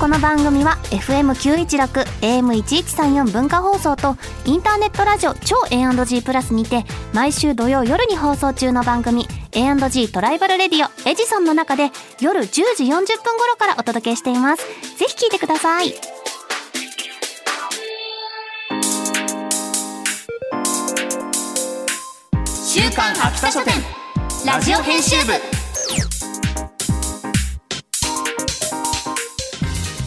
この番組は FM916 AM1134 文化放送とインターネットラジオ超 A&G プラスにて毎週土曜夜に放送中の番組 A&G トライバルレディオエジソンの中で夜10時40分頃からお届けしていますぜひ聞いてください週刊秋田書店ラジオ編集部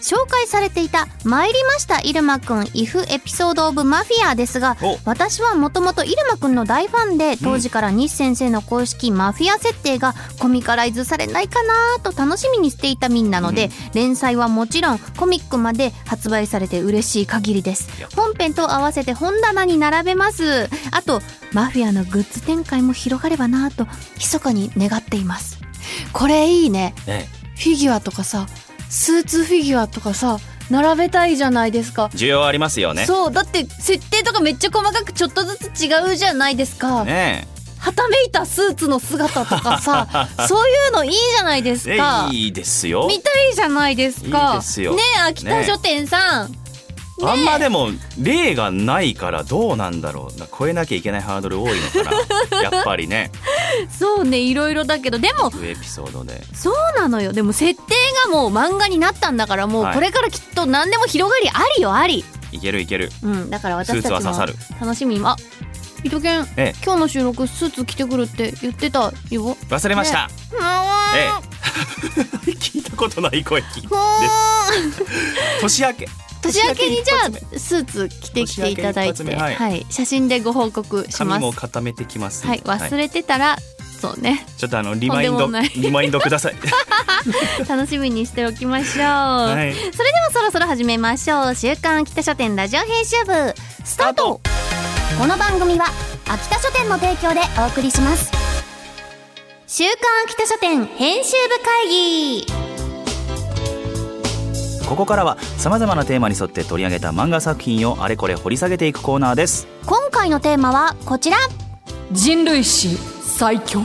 紹介されていた「参りました入間くん if エピソード・オブ・マフィア」ですがお私はもともと入間くんの大ファンで当時から西先生の公式マフィア設定がコミカライズされないかなと楽しみにしていた身なので、連載はもちろんコミックまで発売されて嬉しい限りですや本編と合わせて本棚に並べますあとマフィアのグッズ展開も広がればなと密かに願っていますこれいいねねフィギュアとかさスーツフィギュアとかさ並べたいじゃないですか、需要ありますよねそうだって設定とかめっちゃ細かくちょっとずつ違うじゃないですか、ねはためいたスーツの姿とか さそういうのいいじゃないですえかいいですよ見たいじゃないですかいいですよねえ秋田書店さん、あんまでも例がないからどうなんだろうな超えなきゃいけないハードル多いのかなやっぱりねそうねいろいろだけどでもウエピソードでそうなのよでも設定がもう漫画になったんだからもうはいこれからきっと何でも広がりありよあり、いけるいけるうんだからスー私たツちはも刺さる楽しみにあ伊藤健、ええ今日の収録スーツ着てくるって言ってたよ忘れました、えええ 聞いたことない声聞いて年明け年明けにじゃ年明け一発あスーツ着てきていただい年て、明け一発目ははいい写真でご報告しま髪すも固めてきますはい忘れてたら、そうねちょっとあのリマインとドんでもないリマインドください、楽しみにしておきましょう、はい、それではそろそろ始めましょう週刊秋田書店ラジオ編集部スタートこの番組は秋田書店の提供でお送りします週刊秋田書店編集部会議ここからはさまざまなテーマに沿って取り上げた漫画作品をあれこれ掘り下げていくコーナーです今回のテーマはこちら人類史最強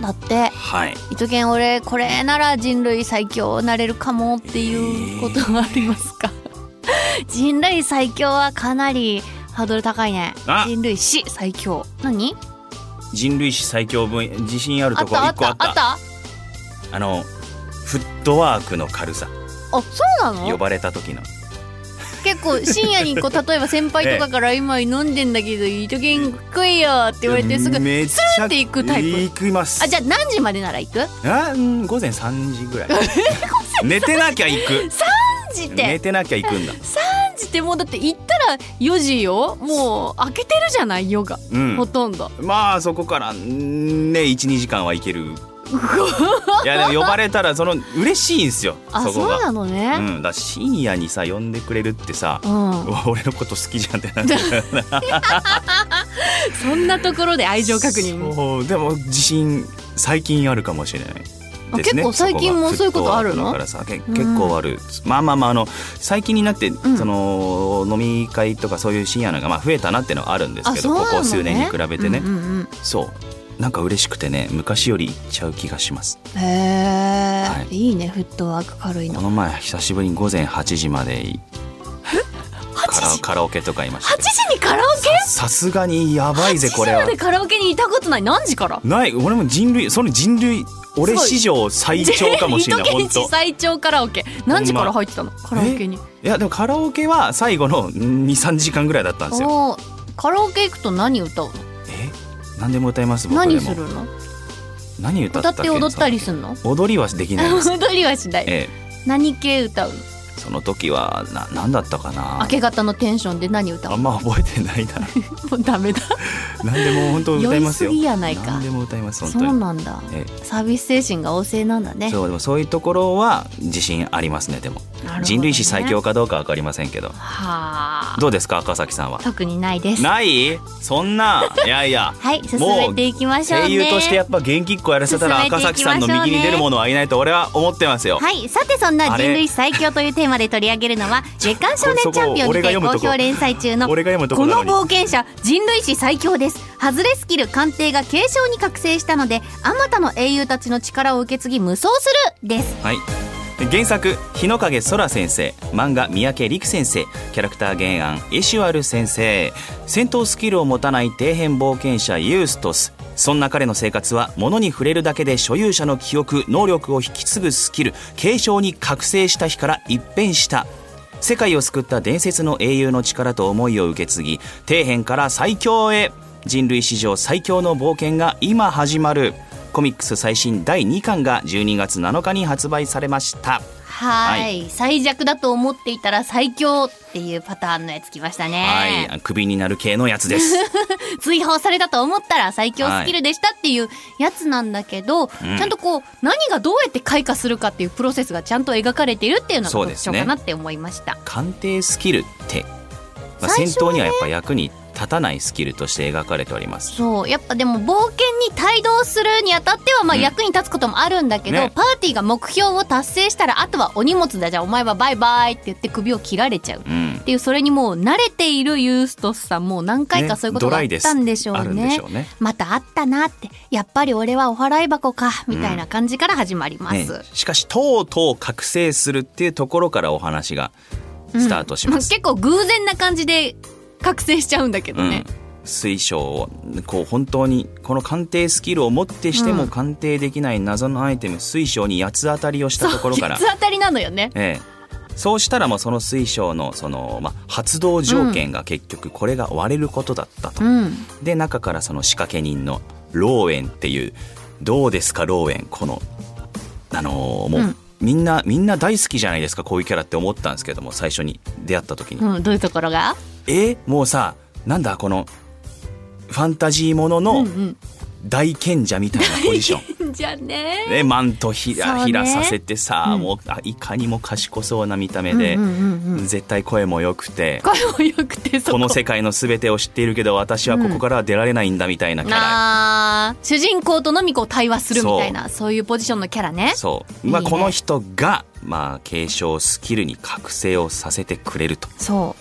だってはい伊藤健俺これなら人類最強なれるかもっていうことはありますか人類最強はかなりハードル高いねあ人類史最強何人類史最強分自信あるあとっころたあ1っ個あたったあったあのフットワークの軽さあそうな呼のばれた時の結構深夜 にこう例えば先輩とかから今飲んでんだけど伊藤健来いよって言われてすぐめっちゃスルンって行くタイプ行きますあじゃあ何時までなら行くあうん午前3時 ぐらい寝てなきゃ行く何時って寝てなきゃ行くんだ何時ってもうだって行ったら4時よもう開けてるじゃない夜が、うんほとんどまあそこからうんね12時間はいけるいやでも呼ばれたらその嬉しいんですよあそそこうがなのね、うんだから深夜にさ呼んでくれるってさうんうわ俺のこと好きじゃんってなるそんなところで愛情確認。そうでも自信最近あるかもしれないあです結ね構最近もこがそういうことあるのフットワークだからさけ結構ある、まあまあまああの最近になって、その飲み会とかそういう深夜のがまあ増えたなってのはあるんですけど、あそうこなのねこ数年に比べてね、うんうんそうなんか嬉しくてね昔より行っちゃう気がしますうん、へえ、はいい、いねフットワーク軽いこの。の前久しぶりに午前8時までいカラカラオケとかいまし8た時にカラオケさすがにやばいぜこれ8時はまでカラオケにいたことない何時からない俺も人類その人類俺すごい史上最長かもしれない 糸本現地当最長カラオケ何時から入ってたの、カラオケにいやでもカラオケは最後の23時間ぐらいだったんですよおーカラオケ行くと何歌うのえ何でも歌います僕でも何するの何歌っ歌たって踊ったりすすんの る踊りはできないです踊りはしないええ何系歌うのそその時はな何だったか明なけ方のテンションで何歌あうんま覚えてないなもう ダメだ何でも本当歌いますよ酔いすぎやないか何でも歌います本そ当にうなんだえサービス精神が旺盛なんだねそうでもそういうところは自信ありますねでもなるほどね人類史最強かどうかわかりませんけどはあどうですか赤崎さんは特にないですないそ んないやいやはい進めていきましょうね声優としてやっぱ元気っ子やらせたら進めて赤いきましょうね崎さんの右に出るものはいないと俺は思ってますよ、はいさてそんなあれ人類最強というテーマで取り上げるのは「月刊少年チャンピオン」にこれこれ俺がて読む好とこ評連載中の俺が読むとここなののに冒険者人類史最強ですハズレスキル鑑定が継承に覚醒したのであまたの英雄たちの力を受け継ぎ無双するですはい原作日の影空先生漫画三宅陸先生キャラクター原案エシュアル先生戦闘スキルを持たない底辺冒険者ユーストスそんな彼の生活は物に触れるだけで所有者の記憶能力を引き継ぐスキル継承に覚醒した日から一変した世界を救った伝説の英雄の力と思いを受け継ぎ底辺から最強へ人類史上最強の冒険が今始まるコミックス最新第2巻が12月7日に発売されましたはいい最弱だと思っていたら最強っていうパターンのやつきましたね、はいクビになる系のやつです 追放されたと思ったら最強スキルでしたっていうやつなんだけど、うんちゃんとこう何がどうやって開花するかっていうプロセスがちゃんと描かれているっていうのがそう特です徴ねかなって思いました、鑑定スキルって、まあ、最戦初はね闘にはやっぱ役に立たないスキルとして描かれておりますそうやっぱでも冒険に帯同するにあたってはまあうん役に立つこともあるんだけど、ねパーティーが目標を達成したらあとはお荷物だじゃあお前はバイバイって言って首を切られちゃうっうんていうそれにもう慣れているユーストスさんもう何回かそういうことがあったんでしょあうるんでねしょうねまたあったなってやっぱり俺はお払い箱かみたいな感じから始まりまねす、、しかしとうとう覚醒するっていうところからお話がスタートしまあます、結構偶然な感じで覚醒しちゃうんだけどね、水晶をこう本当にこの鑑定スキルをもってしてうもん鑑定できない謎のアイテム水晶に八つ当たりをしたところからそう、八つ当たりなのよねええ、そうしたらもうその水晶のその、まあ、発動条件が結局これが割れることだったとう。んで中からその仕掛け人のローエンっていうどうですかローエンこのあのーもう、うんみんなみんな大好きじゃないですかこういうキャラって思ったんですけども最初に出会った時に。うん、どういうところがえもうさなんだこのファンタジーものうのんうん大賢者みたいなポジシ ョン。じゃあねね、マントひそうねらひらさせてさ、うんもうあいかにも賢そうな見た目で、うんうんうんうん、絶対声も良くて声も良くてそこの世界の全てを知っているけど私はここからは出られないんだみたいなキャラ、なあ主人公とのみこう対話するみたいなそういうポジションのキャラねそう、まいあ、いねこの人が、まあ、継承スキルに覚醒をさせてくれると。そう、はい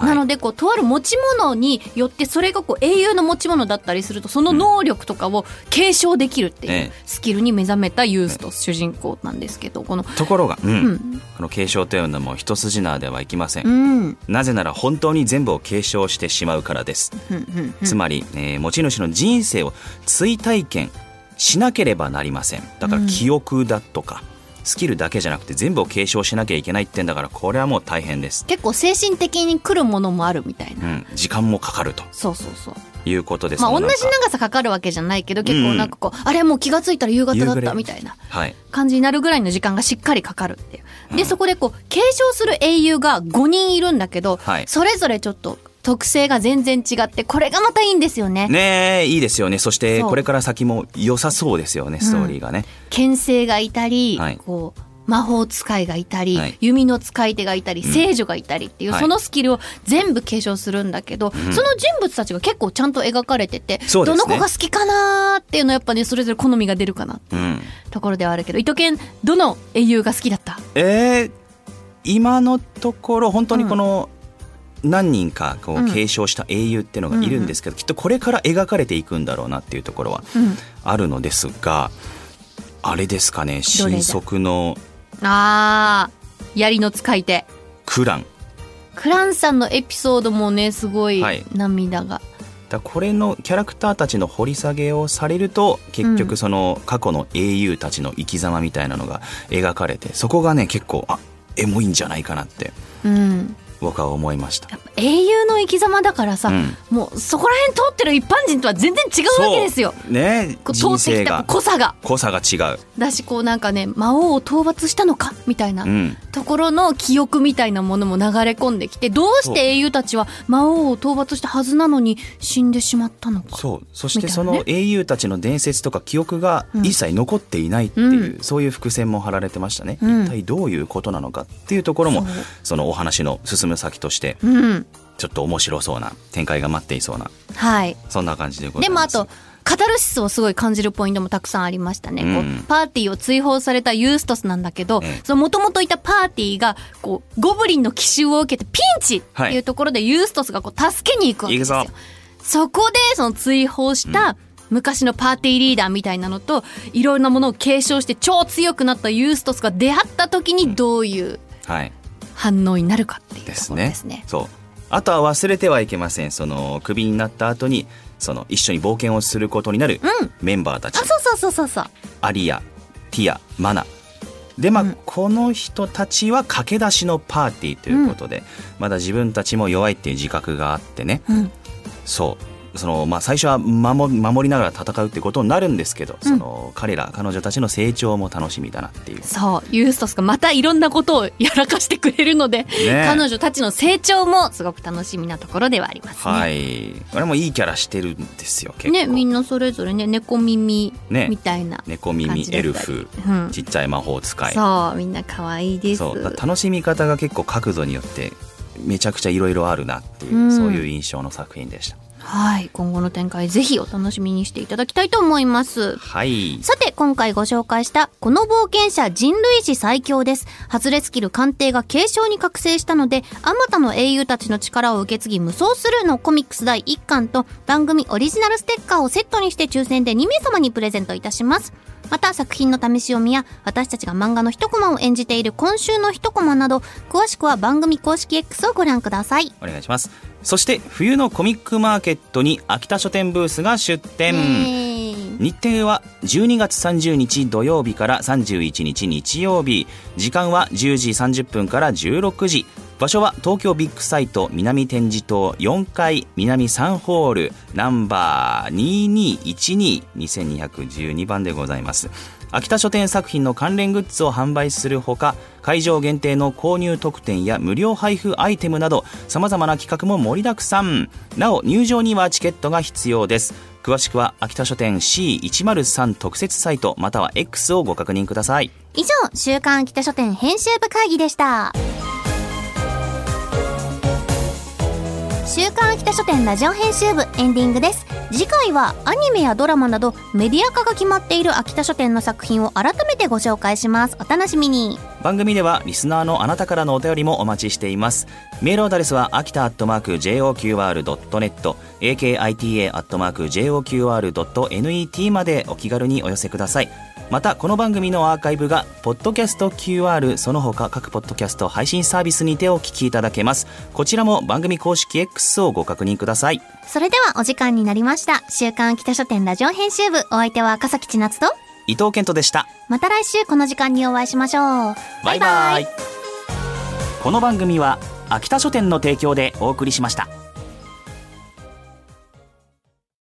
なのでこうとある持ち物によってそれがこう英雄の持ち物だったりするとその能力とかを継承できるっていうねスキルに目覚めたユーストス主人公なんですけどこのところが、うんうんこの継承というのも一筋縄ではいきません、うんうんなぜなら本当に全部を継承してしまうからです、うんつまり、えー持ち主の人生を追体験しなければなりませんだから記憶だとか、スキルだけじゃなくて全部を継承しなきゃいけないってんだからこれはもう大変です、結構精神的に来るものもあるみたいな、うん、時間もかかるとそうそうそういうことですまあ同もうじなんか長さかかるわけじゃないけど結構なんかこう、あれもう気がついたら夕方だ夕っ暮たれみたいなはい感じになるぐらいの時間がしっかりかかるっていう。で、そこでこう、継承する英雄が5人いるんだけど、はいそれぞれちょっと特性が全然違って、これがまたいいんですよね。ねえいいですよねそしてそうこれから先も良さそうですよねストーリーがね、牽制がいたり、はいこう、魔法使いがいたり、はい弓の使い手がいたり、聖女がいたりっていう、はいそのスキルを全部継承するんだけど、その人物たちが結構ちゃんと描かれてて、そうでどすねの子が好きかなーっていうのはやっぱね、それぞれ好みが出るかなってうんところではあるけど、糸犬、どの英雄が好きだったえー今のところ本当にこの何人かこうんう継承した英雄っていうのがいるんですけど、きっとこれから描かれていくんだろうなっていうところはうん。あるのですがあれですかねどれだ新速のあー槍の使い手クランクランさんのエピソードもねすごいはい涙が、だこれのキャラクターたちの掘り下げをされると結うん局その過去の英雄たちの生き様みたいなのが描かれてそこがね結構あエモいんじゃないかなってうん僕は思いました。英雄の生き様だからさ、うんもうそこら辺通ってる一般人とは全然違うわけですよそうねこう通人ってき生たが濃さが濃さが違う、だしこうなんかね魔王を討伐したのかみたいなうん、とところの記憶みたいなものも流れ込んできてどうして英雄たちは魔王を討伐したはずなのに死んでしまったのかそうそしてみたいなねその英雄たちの伝説とか記憶が一切残っていないっていう、そういう伏線も張られてましたね、うん一体どういうことなのかっていうところもそうそのお話の進む先としてうんちょっと面白そうな展開が待っていそうなはいそんな感じでござでいもあます。とカタルシスをすごい感じるポイントもたくさんありましたね、こううんパーティーを追放されたユーストスなんだけどええそのもともといたパーティーがこうゴブリンの奇襲を受けてピンチってはいいうところでユーストスがこう助けに行くわけですよ。行くぞそこでその追放した昔のパーティーリーダーみたいなのといろんなものを継承して超強くなったユーストスが出会った時にどういうはい反応になるかっていうとでこすろねですね。そうあとは忘れてはいけませんそのクビになった後にその一緒に冒険をすることになるうんメンバーたち、あそうそうそうそうそうアリアティアマナでまあ、うんこの人たちは駆け出しのパーティーということで、まだ自分たちも弱いっていう自覚があってねうんそうそのまあ、最初は守守りながら戦うってことになるんですけど、その彼ら彼女たちの成長も楽しみだなっていう、そうユーストスがまたいろんなことをやらかしてくれるので、彼女たちの成長もすごく楽しみなところではありますね。はいこれもいいキャラしてるんですよ結構ねみんなそれぞれね猫耳ねみたいな、猫感耳じだエったりルフうんちっちゃい魔法使いそうみんな可愛いです。そうだ楽しみ方が結構角度によってめちゃくちゃいろいろあるなっていう、うんそういう印象の作品でしたはい今後の展開ぜひお楽しみにしていただきたいと思います。はいさて今回ご紹介したこの冒険者人類史最強です。外れスキル鑑定が継承に覚醒したので、あまたの英雄たちの力を受け継ぎ無双するのコミックス第1巻と番組オリジナルステッカーをセットにして抽選で2名様にプレゼントいたします。また作品の試し読みや私たちが漫画の一コマを演じている今週の一コマなど詳しくは番組公式 X をご覧ください。お願いしますそして冬のコミックマーケットに秋田書店ブースが出え店、日程は12月30日土曜日から31日日曜日時間は10時30分から16時場所は東京ビッグサイト南展示棟4階南3ホールナンバー22122212番でございます秋田書店作品の関連グッズを販売するほか会場限定の購入特典や無料配布アイテムなどさまざまな企画も盛りだくさんなお入場にはチケットが必要です詳しくは秋田書店 C103 特設サイトまたは X をご確認ください以上、週刊秋田書店編集部会議でした。週刊秋田書店ラジオ編集部エンディングです。次回はアニメやドラマなどメディア化が決まっている秋田書店の作品を改めてご紹介します。お楽しみに。番組ではリスナーのあなたからのお便りもお待ちしていますメールアドレスは秋田アットマーク JOQR.net akita アットマーク JOQR.net までお気軽にお寄せくださいまたこの番組のアーカイブがポッドキャスト QR その他各ポッドキャスト配信サービスにてお聞きいただけますこちらも番組公式 X をご確認くださいそれではお時間になりました。週刊秋田書店ラジオ編集部お相手は赤崎千夏と伊藤健人でしたまた来週この時間にお会いしましょう。バイバイこの番組は秋田書店の提供でお送りしました。